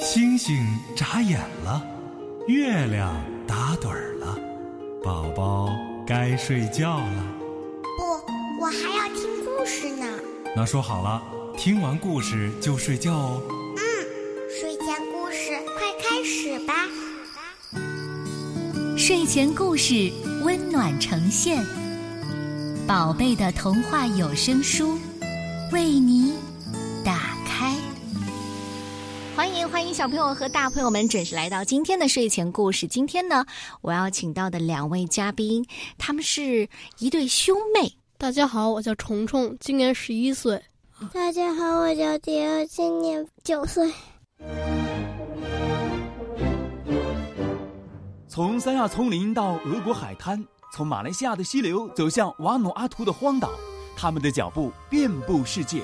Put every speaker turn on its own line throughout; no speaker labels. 星星眨眼了，月亮打盹儿了，宝宝该睡觉了。
不，我还要听故事呢。
那说好了，听完故事就睡觉哦。
睡前故事快开始吧。
睡前故事温暖呈现，宝贝的童话有声书为你打开。
欢迎欢迎，小朋友和大朋友们准时来到今天的睡前故事。今天呢，我要请到的两位嘉宾，他们是一对兄妹。
大家好，我叫虫虫，今年十一岁。
大家好，我叫迪儿，今年九岁。
从三亚丛林到俄国海滩，从马来西亚的溪流走向瓦努阿图的荒岛，他们的脚步遍布世界。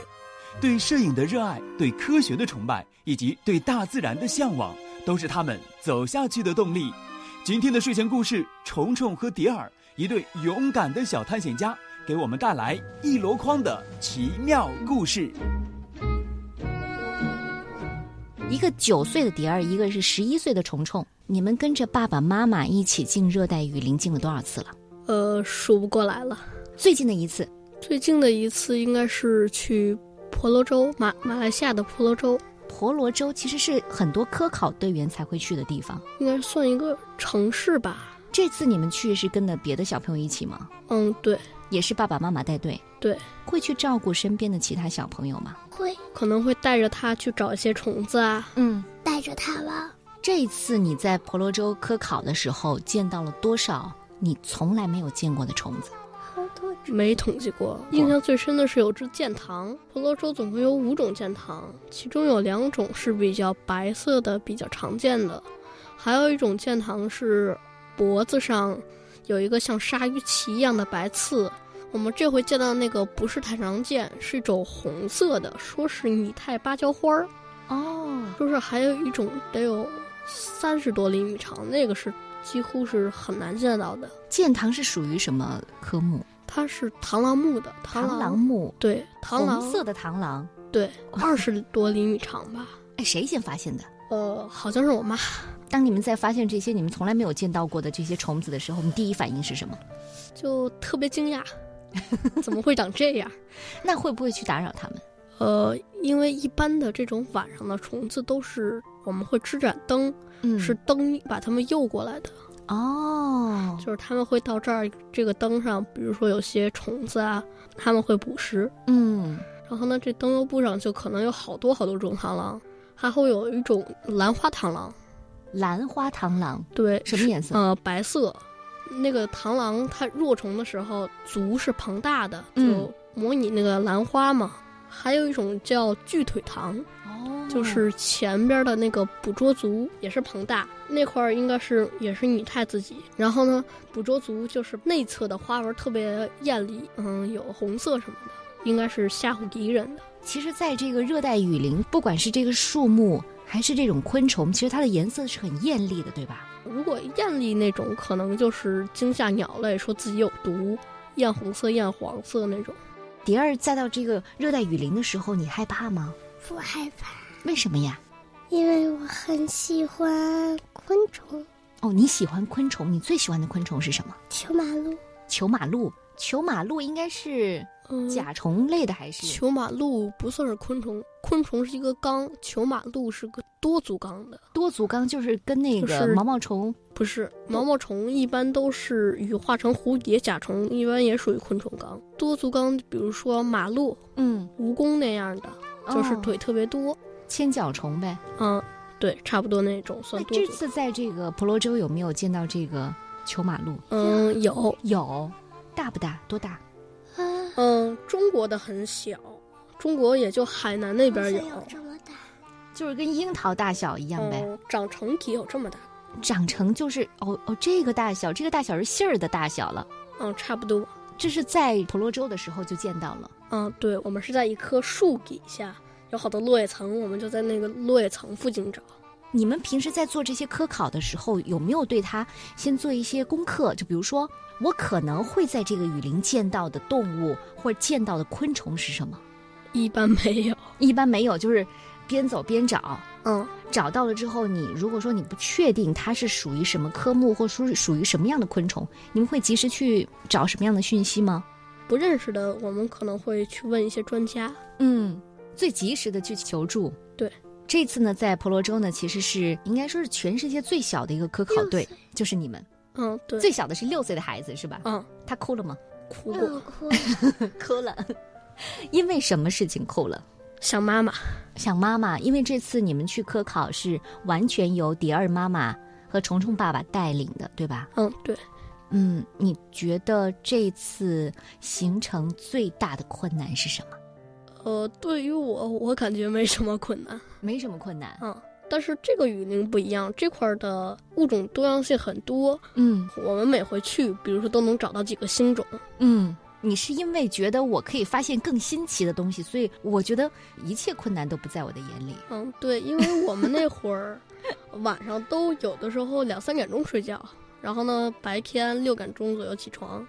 对摄影的热爱，对科学的崇拜，以及对大自然的向往，都是他们走下去的动力。今天的睡前故事，虫虫和迪尔，一对勇敢的小探险家，给我们带来一箩筐的奇妙故事。
一个九岁的迪儿，一个是十一岁的虫虫。你们跟着爸爸妈妈一起进热带雨林进了多少次了？
呃，数不过来了。
最近的一次，
最近的一次应该是去婆罗洲，马马来西亚的婆罗洲，
婆罗洲其实是很多科考队员才会去的地方。
应该算一个城市吧。
这次你们去是跟着别的小朋友一起吗？
嗯，对
也是爸爸妈妈带队，
对，
会去照顾身边的其他小朋友吗？
会
可能会带着它去找一些虫子啊。
嗯，
带着他玩，
这一次你在婆罗洲科考的时候，见到了多少你从来没有见过的虫子？
好多只
没统计过，印象最深的是有只剑塘。婆罗洲总共有五种剑塘，其中有两种是比较白色的，比较常见的，还有一种剑塘是脖子上有一个像鲨鱼鳍一样的白刺。我们这回见到那个不是太常见，是一种红色的，说是拟态芭蕉花儿，
哦，
就是还有一种得有三十多厘米长，那个是几乎是很难见到的。
剑塘是属于什么科目？
它是螳螂目的，螳
螳螂目，
对，螳螂
红色的螳螂。
对，二十多厘米长吧。
哎，谁先发现的？
呃，好像是我妈，
当你们在发现这些你们从来没有见到过的这些虫子的时候，你第一反应是什么？
就特别惊讶，怎么会长这样？
那会不会去打扰他们？
呃，因为一般的这种晚上的虫子都是我们会支盏灯，
嗯
是灯把它们诱过来的，
哦，
就是他们会到这儿这个灯上，比如说有些虫子啊，他们会捕食，
嗯，
然后呢，这灯油布上就可能有好多好多种螳螂，还会有一种兰花螳螂，
兰花螳螂
对，
什么颜色？
呃，白色。那个螳螂它若虫的时候，足是庞大的，就
嗯
模拟那个兰花嘛。还有一种叫巨腿螳，
哦
就是前边的那个捕捉足也是庞大，那块儿应该是也是拟态自己。然后呢，捕捉足就是内侧的花纹特别艳丽，嗯，有红色什么的，应该是吓唬敌人的。
其实，在这个热带雨林，不管是这个树木还是这种昆虫，其实它的颜色是很艳丽的，对吧？
如果艳丽那种，可能就是惊吓鸟类，说自己有毒，艳红色、艳黄色那种。
迪儿再到这个热带雨林的时候，你害怕吗？
不害怕，
为什么呀？
因为我很喜欢昆虫。
哦，你喜欢昆虫，你最喜欢的昆虫是什么？
球马路
球马鹭。球马鹭应该是
嗯，
甲虫类的还是？
球马鹭不算是昆虫，昆虫是一个纲，球马鹭是个多足纲的。
多足纲就是跟那
就
个
是
毛毛虫。
不是毛毛虫，一般都是羽化成蝴蝶、甲虫，一般也属于昆虫纲。多足纲，比如说马鹭、
嗯，
蜈蚣那样的，就是
哦
腿特别多。
千脚虫呗。
嗯，对，差不多那种算
哦那
多
这
足。
次在这个婆罗洲有没有见到这个球马鹭？
嗯，有。
有，大不大？多大？
啊，
嗯，中国的很小，中国也就海南那边有
好像。有这么大，
就是跟樱桃大小一样呗。
嗯，长成体有这么大。
长成就是哦哦这个大小，这个大小是杏儿的大小了。
嗯，差不多。
这是在婆罗洲的时候就见到了。
嗯，对，我们是在一棵树底下，有好多落叶层，我们就在那个落叶层附近找。
你们平时在做这些科考的时候，有没有对它先做一些功课？就比如说，我可能会在这个雨林见到的动物或者见到的昆虫是什么？
一般没有，
一般没有，就是边走边找，
嗯，
找到了之后，你如果说你不确定它是属于什么科目，或说是属于什么样的昆虫，你们会及时去找什么样的讯息吗？
不认识的我们可能会去问一些专家。
嗯，最及时的去求助。
对，
这次呢，在婆罗洲呢，其实是应该说是全世界最小的一个科考队，就是你们
嗯，对，
最小的是六岁的孩子是吧？
嗯
他哭了吗？
哭过，
嗯，哭，
哭了， 因为什么事情哭了？
想妈妈。
想妈妈，因为这次你们去科考是完全由迪儿妈妈和虫虫爸爸带领的，对吧？
嗯，对，
嗯，你觉得这次行程最大的困难是什么？
呃，对于我，我感觉没什么困难。
没什么困难。
嗯，但是这个雨林不一样，这块儿的物种多样性很多，
嗯
我们每回去，比如说都能找到几个新种。
嗯，你是因为觉得我可以发现更新奇的东西，所以我觉得一切困难都不在我的眼里。
嗯，对，因为我们那会儿晚上都有的时候两三点钟睡觉，然后呢白天六点钟左右起床。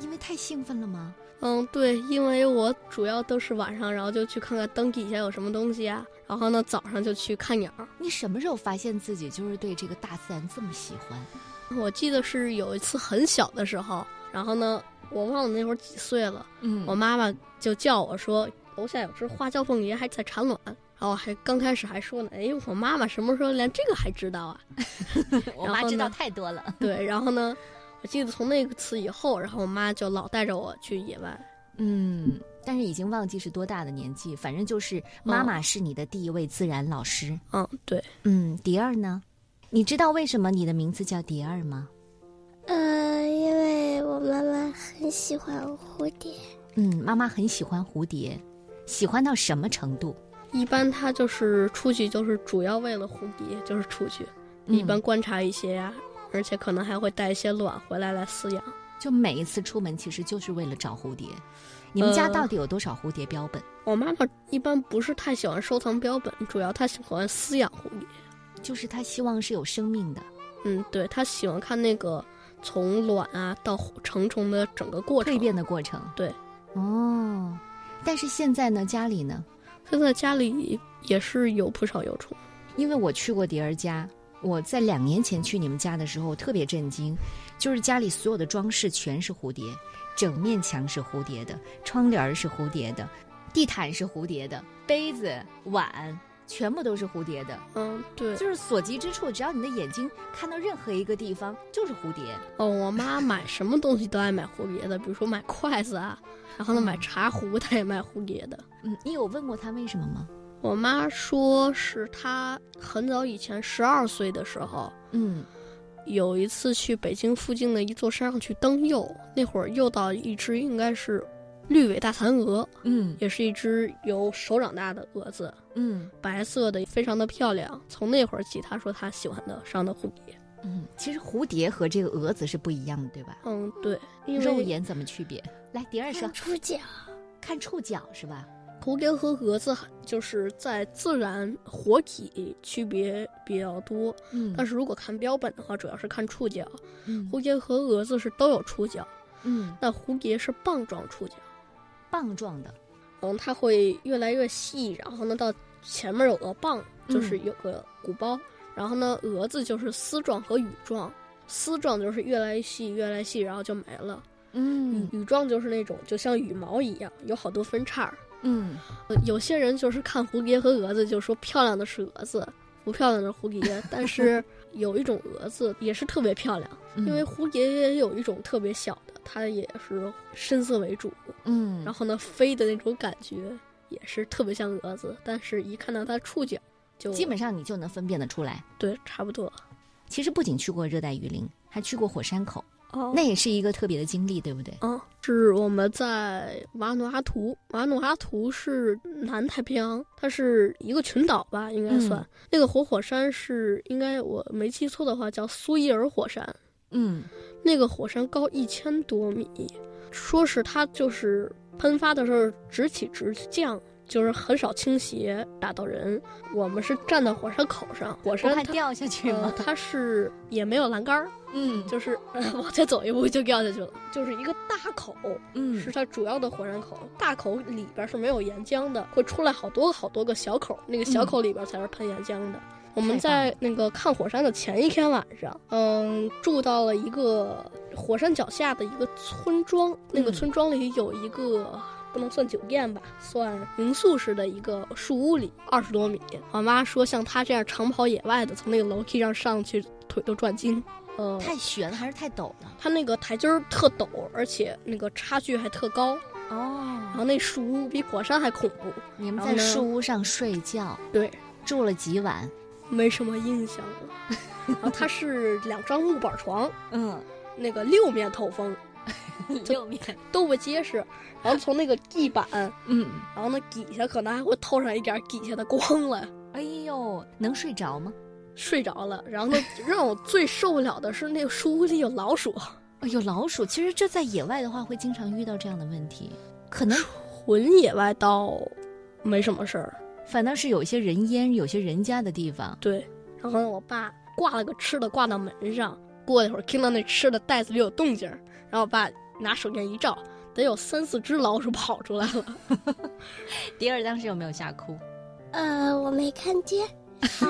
因为太兴奋了吗？
嗯，对，因为我主要都是晚上，然后就去看看灯底下有什么东西啊，然后呢早上就去看鸟。
你什么时候发现自己就是对这个大自然这么喜欢？
我记得是有一次很小的时候，然后呢我忘了那会儿几岁了，
嗯
我妈妈就叫我说楼下有只花椒凤爷还在产卵，然后还刚开始还说呢，哎，我妈妈什么时候连这个还知道啊？
我
然
妈
后
知
呢
道太多 了。
对，然后呢，我记得从那个次以后，然后我妈就老带着我去野外。
嗯，但是已经忘记是多大的年纪，反正就是妈妈是你的第一位自然老师。
嗯，对，
嗯，迪二呢？你知道为什么你的名字叫迪二吗？
呃，因为我妈妈很喜欢蝴蝶，
嗯，妈妈很喜欢蝴蝶，喜欢到什么程度？
一般她就是出去就是主要为了蝴蝶，就是出去，
嗯
一般观察一些呀、而且可能还会带一些卵回来来饲养。
就每一次出门其实就是为了找蝴蝶。你们家
呃
到底有多少蝴蝶标本？
我妈妈一般不是太喜欢收藏标本，主要她喜欢饲养蝴蝶。
就是她希望是有生命的，
嗯，对，她喜欢看那个从卵啊到成虫的整个过程
蜕。变的过程。
对，
哦，但是现在呢，家里呢，
现在家里也是有不少幼虫。
因为我去过迪儿家，我在两年前去你们家的时候特别震惊，就是家里所有的装饰全是蝴蝶，整面墙是蝴蝶的，窗帘儿是蝴蝶的，地毯是蝴蝶的，杯子、碗全部都是蝴蝶的，
嗯，对。
就是所及之处，只要你的眼睛看到任何一个地方就是蝴蝶。
哦，我妈买什么东西都爱买蝴蝶的，比如说买筷子啊，然后呢
嗯
买茶壶，她也买蝴蝶的。
嗯，你有问过他为什么吗？
我妈说是她很早以前十二岁的时候，
嗯
有一次去北京附近的一座山上去登鼬，那会儿鼬到一只应该是绿尾大蚕蛾，
嗯
也是一只有手掌大的蛾子，
嗯
白色的，非常的漂亮。从那会儿起，她说她喜欢的上的蝴蝶。
嗯，其实蝴蝶和这个蛾子是不一样的，对吧？
嗯，对，因为
肉眼怎么区别？来，迪儿说
看，触角，
看触角是吧？
蝴蝶和蛾子就是在自然活体区别比较多，
嗯
但是如果看标本的话，主要是看触角。
嗯
蝴蝶和蛾子是都有触角，
嗯，
但蝴蝶是棒状触角，
棒状的。
嗯，它会越来越细，然后呢，到前面有个棒，
嗯
就是有个鼓包，然后呢，蛾子就是丝状和羽状，丝状就是越来越细，越来越细，然后就没了。
嗯
羽状就是那种就像羽毛一样，有好多分叉儿。
嗯
呃有些人就是看蝴蝶和蛾子，就说漂亮的是蛾子，不漂亮的是蝴蝶。但是有一种蛾子也是特别漂亮，
嗯
因为蝴蝶也有一种特别小的，它也是深色为主，
嗯，
然后呢飞的那种感觉也是特别像蛾子，但是一看到它触角就
基本上你就能分辨得出来。
对差不多。
其实不仅去过热带雨林，还去过火山口，
哦
那也是一个特别的经历，对不对？
嗯，是我们在瓦努阿图，瓦努阿图是南太平洋，它是一个群岛吧，应该算。
嗯
那个活火山是应该我没记错的话叫苏伊尔火山，
嗯
那个火山高一千多米，说是它就是喷发的时候直起直降，就是很少倾斜打到人。我们是站在火山口上，火
不
山
怕
它
掉下去
呃
吗？
它是也没有栏杆儿，
嗯
就是、 呃往前走一步就掉下去了，就是一个大口，
嗯
是它主要的火山口。大口里边是没有岩浆的，会出来好多好多个小口，那个小口里边才是喷岩浆的。我们在那个看火山的前一天晚上，嗯，住到了一个火山脚下的一个村庄，那个
嗯
村庄里有一个。不能算酒店吧，算民宿式的一个树屋里，二十多米。我妈说，像她这样长跑野外的，从那个楼梯上上去，腿都转筋。呃，
太悬了还是太陡了？
它那个台阶儿特陡，而且那个差距还特高，然
哦，
后那树屋比火山还恐怖，
你们
然
在
后呢
树屋上睡觉，
对，
住了几晚？
没什么印象了。然后它是两张木板床，
嗯，
那个六面透风，
六面，
都不结实。然后从那个地板，
嗯，
然后那底下可能还会透上一点底下的光来。
哎呦，能睡着吗？
睡着了，然后呢， 让我最受不了的是那个树屋里有老鼠，
哎呦，老鼠，其实这在野外的话会经常遇到这样的问题，可能
混野外倒没什么事儿，
反倒是有一些人烟、有些人家的地方，
对，然后我爸挂了个吃的挂到门上，过一会儿听到那吃的袋子里有动静儿，然后我爸拿手电一照，得有三四只老鼠跑出来了。
迪尔当时有没有吓哭？
呃，我没看 见，是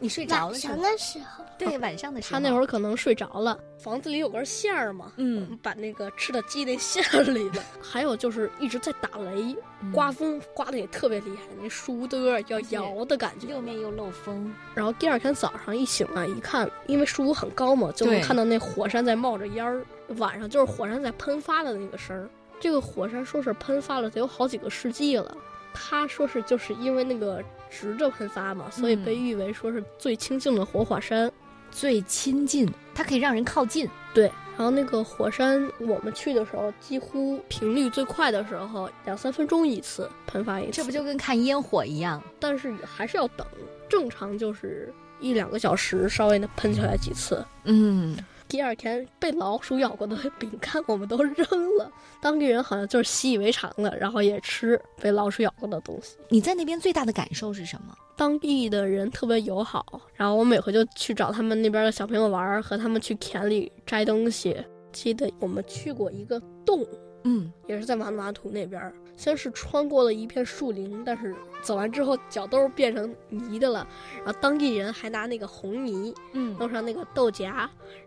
你睡着
晚
了是
上
吗？哦
的时候，
对，晚上的时候。
他那会儿可能睡着了，房子里有根线儿嘛，
嗯，
把那个吃的系那线儿里了。还有就是一直在打雷，
嗯
刮风刮的也特别厉害，那树屋都有点要摇的感觉
右。面又漏风，
然后第二天早上一醒来一看，因为树屋很高嘛，就能
对
看到那火山在冒着烟儿。晚上就是火山在喷发的那个声儿。这个火山说是喷发了，得有好几个世纪了。他说是就是因为那个直着喷发嘛，所以
嗯
被誉为说是最清静的活火山。
最亲近，它可以让人靠近。
对，然后那个火山，我们去的时候几乎频率最快的时候，两三分钟一次喷发一次，
这不就跟看烟火一样？
但是还是要等，正常就是一两个小时，稍微的喷起来几次。
嗯，
第二天被老鼠咬过的饼干我们都扔了，当地人好像就是习以为常了，然后也吃被老鼠咬过的东西。
你在那边最大的感受是什么？
当地的人特别友好，然后我每回就去找他们那边的小朋友玩儿，和他们去田里摘东西。记得我们去过一个洞，
嗯，
也是在瓦努阿图那边儿，先是穿过了一片树林，但是走完之后脚都是变成泥的了。然后当地人还拿那个红泥
嗯，
弄上那个豆荚，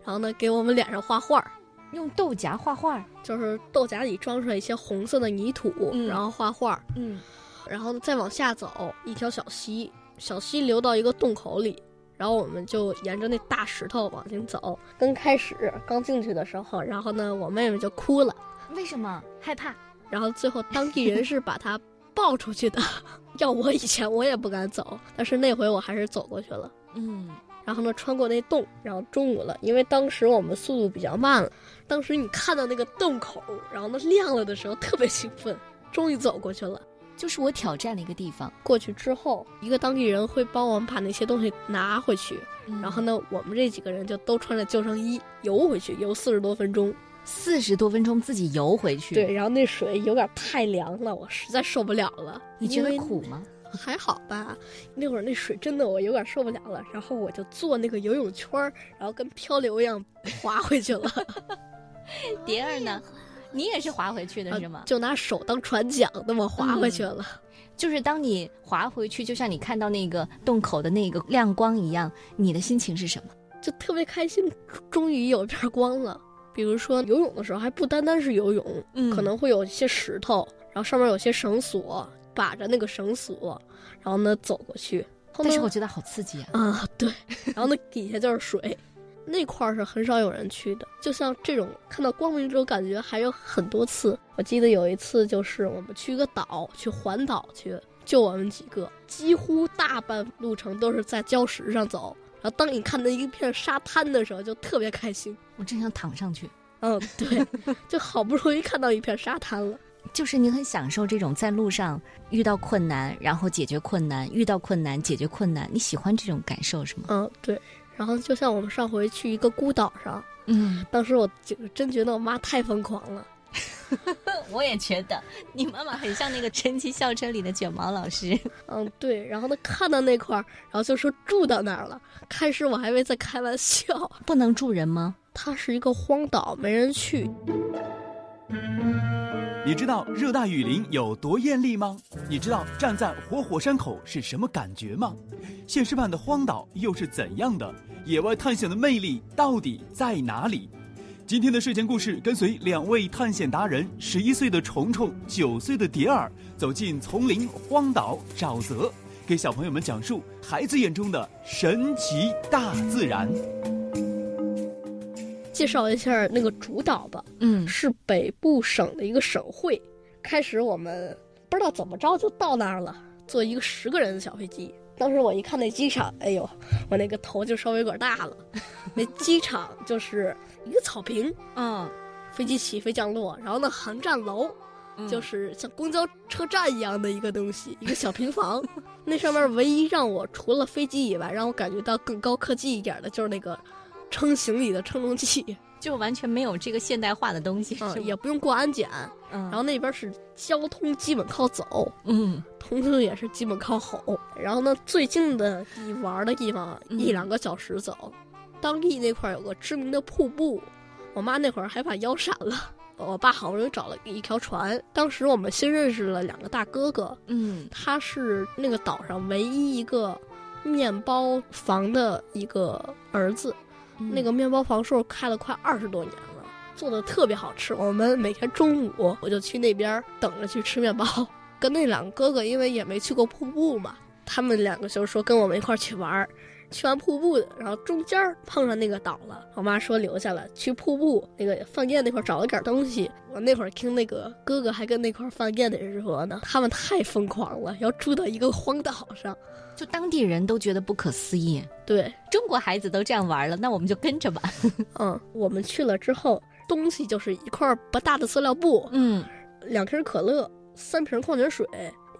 然后呢给我们脸上画画儿，
用豆荚画画。
就是豆荚里装上一些红色的泥土，
嗯
然后画画儿，
嗯，
然后呢再往下走一条小溪，小溪流到一个洞口里。然后我们就沿着那大石头往前走，刚开始刚进去的时候，然后呢，我妹妹就哭了，
为什么害怕？
然后最后当地人是把他抱出去的。 要我以前我也不敢走，但是那回我还是走过去了。
嗯，
然后呢，穿过那洞，然后中午了，因为当时我们速度比较慢了，当时你看到那个洞口，然后呢亮了的时候特别兴奋，终于走过去了。
就是我挑战了一个地方，
过去之后，一个当地人会帮我们把那些东西拿回去，
嗯
然后呢，我们这几个人就都穿着救生衣游回去，游四十多分钟。
四十多分钟自己游回去。，
对，然后那水有点太凉了，我实在受不了了。
你觉得
因为
苦吗？
还好吧，那会儿那水真的我有点受不了了，然后我就做那个游泳圈儿，然后跟漂流一样滑回去了，
蝶儿呢？你也是滑回去的是吗？
呃
嗯
就拿手当船桨那么滑回去了。
呃就是当你滑回去，就像你看到那个洞口的那个亮光一样，你的心情是什么？
就特别开心，终于有一片光了。比如说游泳的时候，还不单单是游泳，
嗯
可能会有一些石头，然后上面有些绳索，把着那个绳索，然后呢走过去。后
但是
呢
我觉得好刺激啊！
啊，对， 然后呢底下就是水，那块儿是很少有人去的。就像这种看到光明这种感觉，还有很多次。我记得有一次就是我们去一个岛，去环岛去，就我们几个，几乎大半路程都是在礁石上走。然后当你看到一片沙滩的时候，就特别开心。
我真想躺上去。
嗯，对， 就好不容易看到一片沙滩了。
就是你很享受这种在路上遇到困难，然后解决困难，遇到困难解决困难，你喜欢这种感受是吗？
嗯，对。然后就像我们上回去一个孤岛上，
嗯，
当时我就真觉得我妈太疯狂了，
我也觉得你妈妈很像那个《神奇校车》里的卷毛老师。
嗯，对。然后他看到那块儿，然后就说住到那儿了。开始我还以为在开玩笑，
不能住人吗？
它是一个荒岛，没人去。
你知道热带雨林有多艳丽吗？你知道站在活火山口是什么感觉吗？现实版的荒岛又是怎样的？野外探险的魅力到底在哪里？今天的睡前故事跟随两位探险达人，十一岁的虫虫，九岁的蝶儿，走进丛林、荒岛、沼泽，给小朋友们讲述孩子眼中的神奇大自然。
介绍一下那个主岛吧，
嗯，
是北部省的一个省会。开始我们不知道怎么着就到那儿了，坐一个十个人的小飞机。当时我一看那机场，哎呦，我那个头就稍微有点大了。那机场就是一个草坪，
嗯，
飞机起飞降落，然后呢航站楼，
嗯
就是像公交车站一样的一个东西，一个小 平房。那上面唯一让我除了飞机以外，让我感觉到更高科技一点的，就是那个称行李的称 重器，
就完全没有这个现代化的东西，是
嗯，
吗
啊也不用过安检。
嗯，
然后那边是交通基本靠走，
嗯
同性也是基本靠吼。然后呢，最近的你玩的地方
嗯
一两个小时走，当地那块儿有个知名的瀑布，我妈那会儿还把腰闪了。我爸好不容易找了一条船，当时我们新认识了两个大哥哥，
嗯
他是那个岛上唯一一个面包房的一个儿子，
嗯
那个面包房是我开了快二十多年了，做的特别好吃。我们每天中午我就去那边儿等着去吃面包。跟那两个哥哥因为也没去过瀑布嘛，他们两个就说跟我们一块儿去玩儿。去完瀑布，然后中间儿碰上那个岛了，我妈说留下了，去瀑布那个饭店那块儿找了点儿东西。我那会儿听那个哥哥还跟那块儿饭店的人说呢，他们太疯狂了，要住到一个荒岛上。
就当地人都觉得不可思议，
对，
中国孩子都这样玩了，那我们就跟着吧。
嗯，我们去了之后，东西就是一块儿不大的塑料布，
嗯
两瓶可乐，三瓶矿泉水，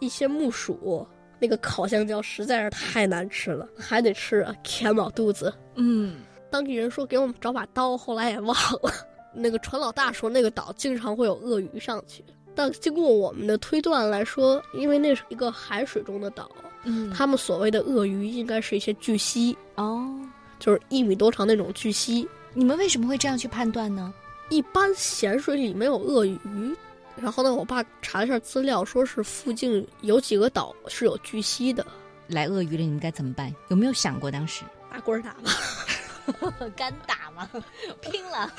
一些木薯。那个烤香蕉实在是太难吃了，还得吃啊，填饱肚子。
嗯，
当地人说给我们找把刀，后来也忘了。那个船老大说，那个岛经常会有鳄鱼上去，但经过我们的推断来说，因为那是一个海水中的岛，
嗯
他们所谓的鳄鱼应该是一些巨蜥，
哦，
就是一米多长那种巨蜥。
你们为什么会这样去判断呢？
一般咸水里没有鳄鱼。然后呢，我爸查了一下资料，说是附近有几个岛是有巨蜥的，
来鳄鱼了，你们该怎么办？有没有想过当时？
打滚儿打吧。
敢打吗？ 拼了！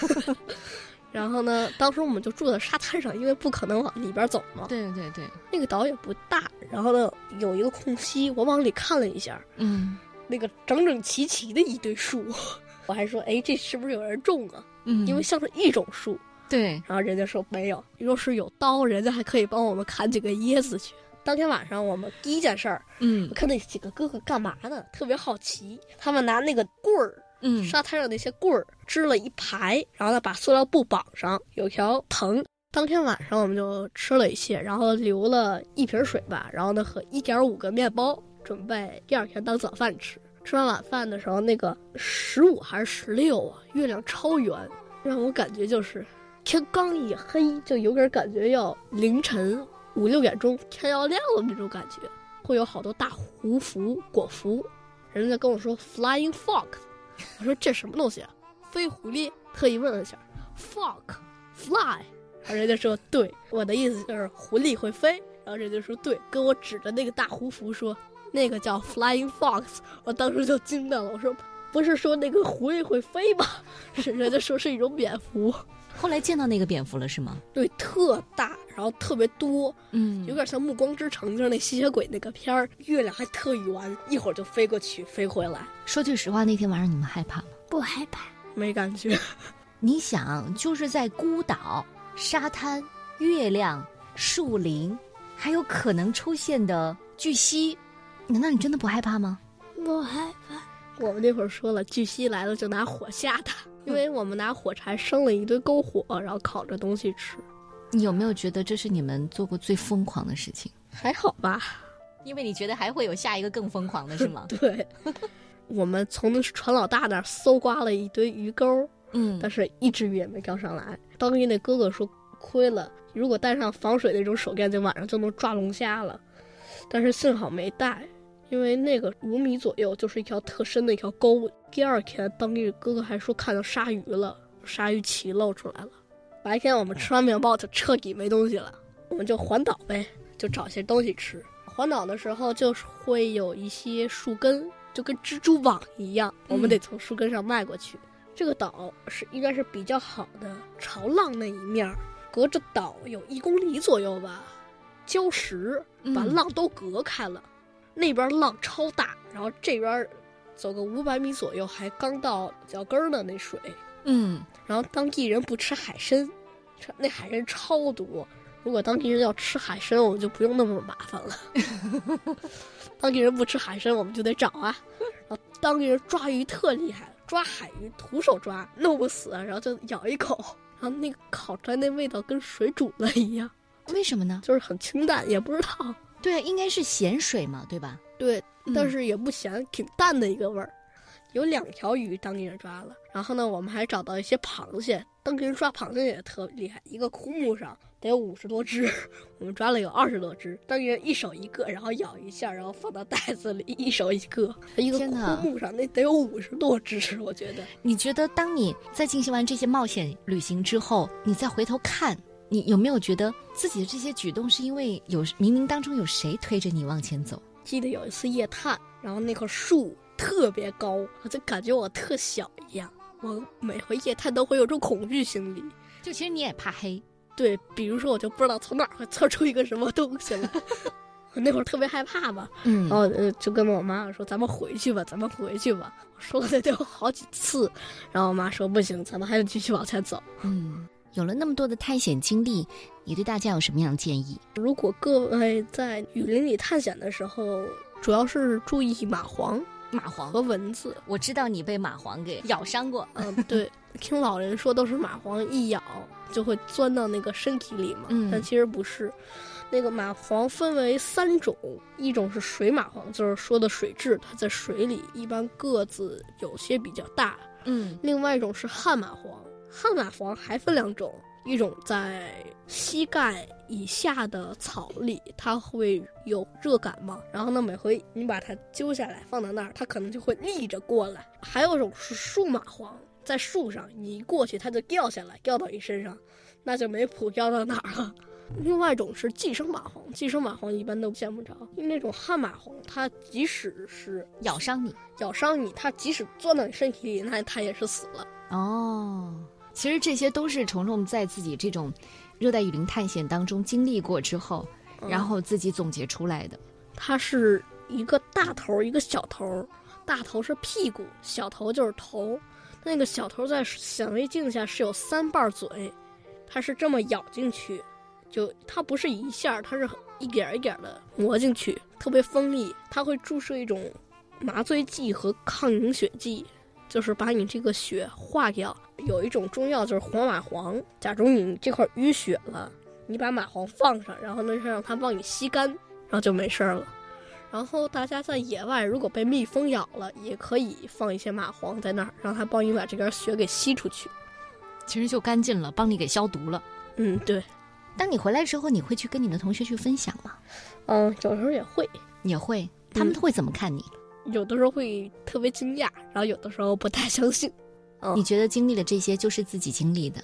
然后呢，当时我们就住在沙滩上，因为不可能往里边走嘛。
对对对，
那个岛也不大，然后呢有一个空隙，我往里看了一下，
嗯
那个整整齐齐的一堆树， 我还说，哎，这是不是有人种啊？
嗯
因为像是一种树。
对，
然后人家说没有，若是有刀，人家还可以帮我们砍几个椰子去。当天晚上，我们第一件事儿，
嗯
我看那几个哥哥干嘛呢？特别好奇，他们拿那个棍儿，
嗯
沙滩上那些棍儿支了一排，然后呢把塑料布绑上，有一条藤。当天晚上我们就吃了一些，然后留了一瓶水吧，然后呢和一点五个面包，准备第二天当早饭吃。吃完晚饭的时候，那个十五还是十六啊，月亮超圆，让我感觉就是天刚一黑，就有点感觉要凌晨五六点钟天要亮了那种感觉。会有好多大胡蝠、果蝠，人家跟我说 flying fox，我说这什么东西、啊？飞狐狸？特意问了一下，fox fly，然后人家说对，我的意思就是狐狸会飞，然后人家说对，跟我指着那个大胡蝠说那个叫 flying fox，我当时就惊到了，我说不是说那个狐狸会飞吗？是人家说是一种蝙蝠，
后来见到那个蝙蝠了是吗？
对，特大，然后特别多，
嗯
有点像《暮光之城》，就是那吸血鬼那个片儿，月亮还特圆，一会儿就飞过去，飞回来，
说句实话，那天晚上你们害怕吗？
不害怕。
没感觉。
你想，就是在孤岛、沙滩、月亮、树林，还有可能出现的巨蜥，难道你真的不害怕吗？
不害怕，
我们那会儿说了，巨蜥来了就拿火吓它，因为我们拿火柴生了一堆篝火，然后烤着东西吃，
你有没有觉得这是你们做过最疯狂的事情？
还好吧？？
因为你觉得还会有下一个更疯狂的是吗
对， 我们从那船老大那儿搜刮了一堆鱼钩，
嗯
但是一只鱼也没钓上来。当地那哥哥说，亏了。如果带上防水那种手电，就晚上就能抓龙虾了。但是幸好没带，因为那个五米左右就是一条特深的一条沟。第二天，当地哥哥还说看到鲨鱼了，鲨鱼鳍露出来了。白天我们吃完面包就彻底没东西了，我们就环岛呗，就找些东西吃。环岛的时候就是会有一些树根，就跟蜘蛛网一样，我们得从树根上迈过去。这个岛是应该是比较好的，朝浪那一面儿隔着岛有一公里左右吧，礁石把
嗯
浪都隔开了，那边浪超大，然后这边走个五百米左右还刚到脚跟儿呢那水，
嗯，
然后当地人不吃海参，吃那海参超多。如果当地人要吃海参，我们就不用那么麻烦了。当地人不吃海参，我们就得找啊。然后当地人抓鱼特厉害，抓海鱼徒手抓，弄不死，然后就咬一口，然后那个烤出来那味道跟水煮了一样，
为什么呢？
就是很清淡，也不知道。
对，应该是咸水嘛，对吧？
对，但
嗯
是也不咸，挺淡的一个味儿。有两条鱼当地人抓了，然后呢，我们还找到一些螃蟹，当地人抓螃蟹也特厉害，一个枯木上得有五十多只， 我们抓了有二十多只，当地人一手一个，然后咬一下，然后放到袋子里，一手一个，一个
天
枯
哪
木上那得有五十多只，我觉得。
你觉得当你在进行完这些冒险旅行之后，你再回头看，你有没有觉得自己的这些举动是因为有冥冥当中有谁推着你往前走？
记得有一次夜探，然后那棵树特别高，我就感觉我特小一样，我每回夜探都会有种恐惧心理。
就其实你也怕黑，
对，比如说我就不知道从哪儿会窜出一个什么东西来，我 那会儿特别害怕嘛，
嗯
然后呃就跟我妈说咱们回去吧，咱们回去吧。我说了得有好几次，然后我妈说不行，咱们还得继续往前走。
嗯，有了那么多的探险经历，你对大家有什么样的建议？
如果各位在雨林里探险的时候，主要是注意蚂蟥
蚂蟥，
和蚊子。
我知道你被蚂蟥给咬伤过，
嗯，对，听老人说都是蚂蟥一咬就会钻到那个身体里嘛，
嗯
但其实不是。那个蚂蟥分为三种，一种是水蚂蟥，就是说的水蛭，它在水里一般个子有些比较大；
嗯
另外一种是旱蚂蟥，旱蚂蟥还分两种，一种在膝盖以下的草里，它会有热感嘛，然后呢，每回你把它揪下来放到那儿，它可能就会逆着过来。还有一种是树蚂蟥，在树上你一过去，它就掉下来，掉到你身上，那就没谱掉到哪儿了。 另外一种是寄生蚂蟥，寄生蚂蟥一般都见不着，因为那种旱蚂蟥，它即使是
咬伤你。
咬伤你，它即使钻到你身体里，那它也是死了。
哦，其实这些都是虫虫在自己这种热带雨林探险当中经历过之后，
嗯
然后自己总结出来的。
它是一个大头儿，一个小头儿，大头是屁股，小头就是头。那个小头在显微镜下是有三瓣嘴，它是这么咬进去，就它不是一下儿，它是一点儿一点的磨进去，特别锋利。它会注射一种麻醉剂和抗凝血剂，就是把你这个血化掉。有一种中药就是黄蚂蟥，假如你这块儿淤血了，你把蚂蟥放上，然后呢让它帮你吸干，然后就没事儿了。然后大家在野外如果被蜜蜂咬了，也可以放一些蚂蟥在那儿，让它帮你把这根血给吸出去。
其实就干净了，帮你给消毒了。
嗯，对，
当你回来之后，你会去跟你的同学去分享吗？
嗯，有时候也会，
也会，他们
嗯
会怎么看你？
有的时候会特别惊讶，然后有的时候不太相信。嗯
你觉得经历了这些就是自己经历的，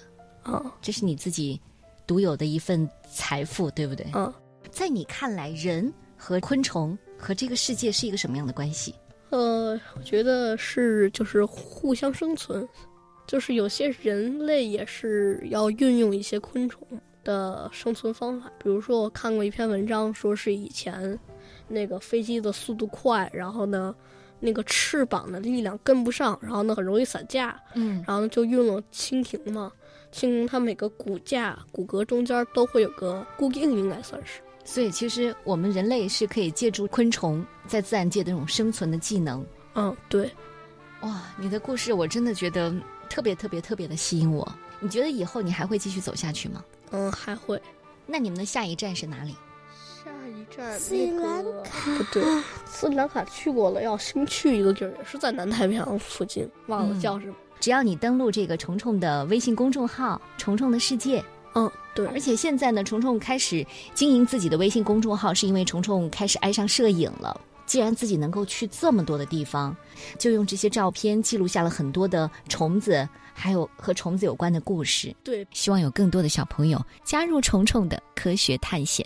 嗯
这是你自己独有的一份财富，对不对？
嗯，
哦在你看来，人和昆虫和这个世界是一个什么样的关系？
呃，我觉得是就是互相生存，就是有些人类也是要运用一些昆虫的生存方法。比如说，我看过一篇文章，说是以前那个飞机的速度快，然后呢，那个翅膀的力量跟不上，然后呢很容易散架，
嗯
然后呢就运用蜻蜓嘛。蜻蜓它每个骨架骨骼中间都会有个固定，应该算是。
所以其实我们人类是可以借助昆虫在自然界的这种生存的技能。
嗯，对，
哇，你的故事我真的觉得特别特别特别的吸引我。你觉得以后你还会继续走下去吗？
嗯，还会。
那你们的下一站是哪里？
下一站
斯里兰卡
不对，斯里兰卡去过了，要新去一个地儿，也是在南太平洋附近，忘了叫什么。
只要你登录这个虫虫的微信公众号“虫虫的世界”，
嗯，对，
而且现在呢，虫虫开始经营自己的微信公众号，是因为虫虫开始爱上摄影了。既然自己能够去这么多的地方，就用这些照片记录下了很多的虫子，还有和虫子有关的故事。
对
希望有更多的小朋友加入虫虫的科学探险。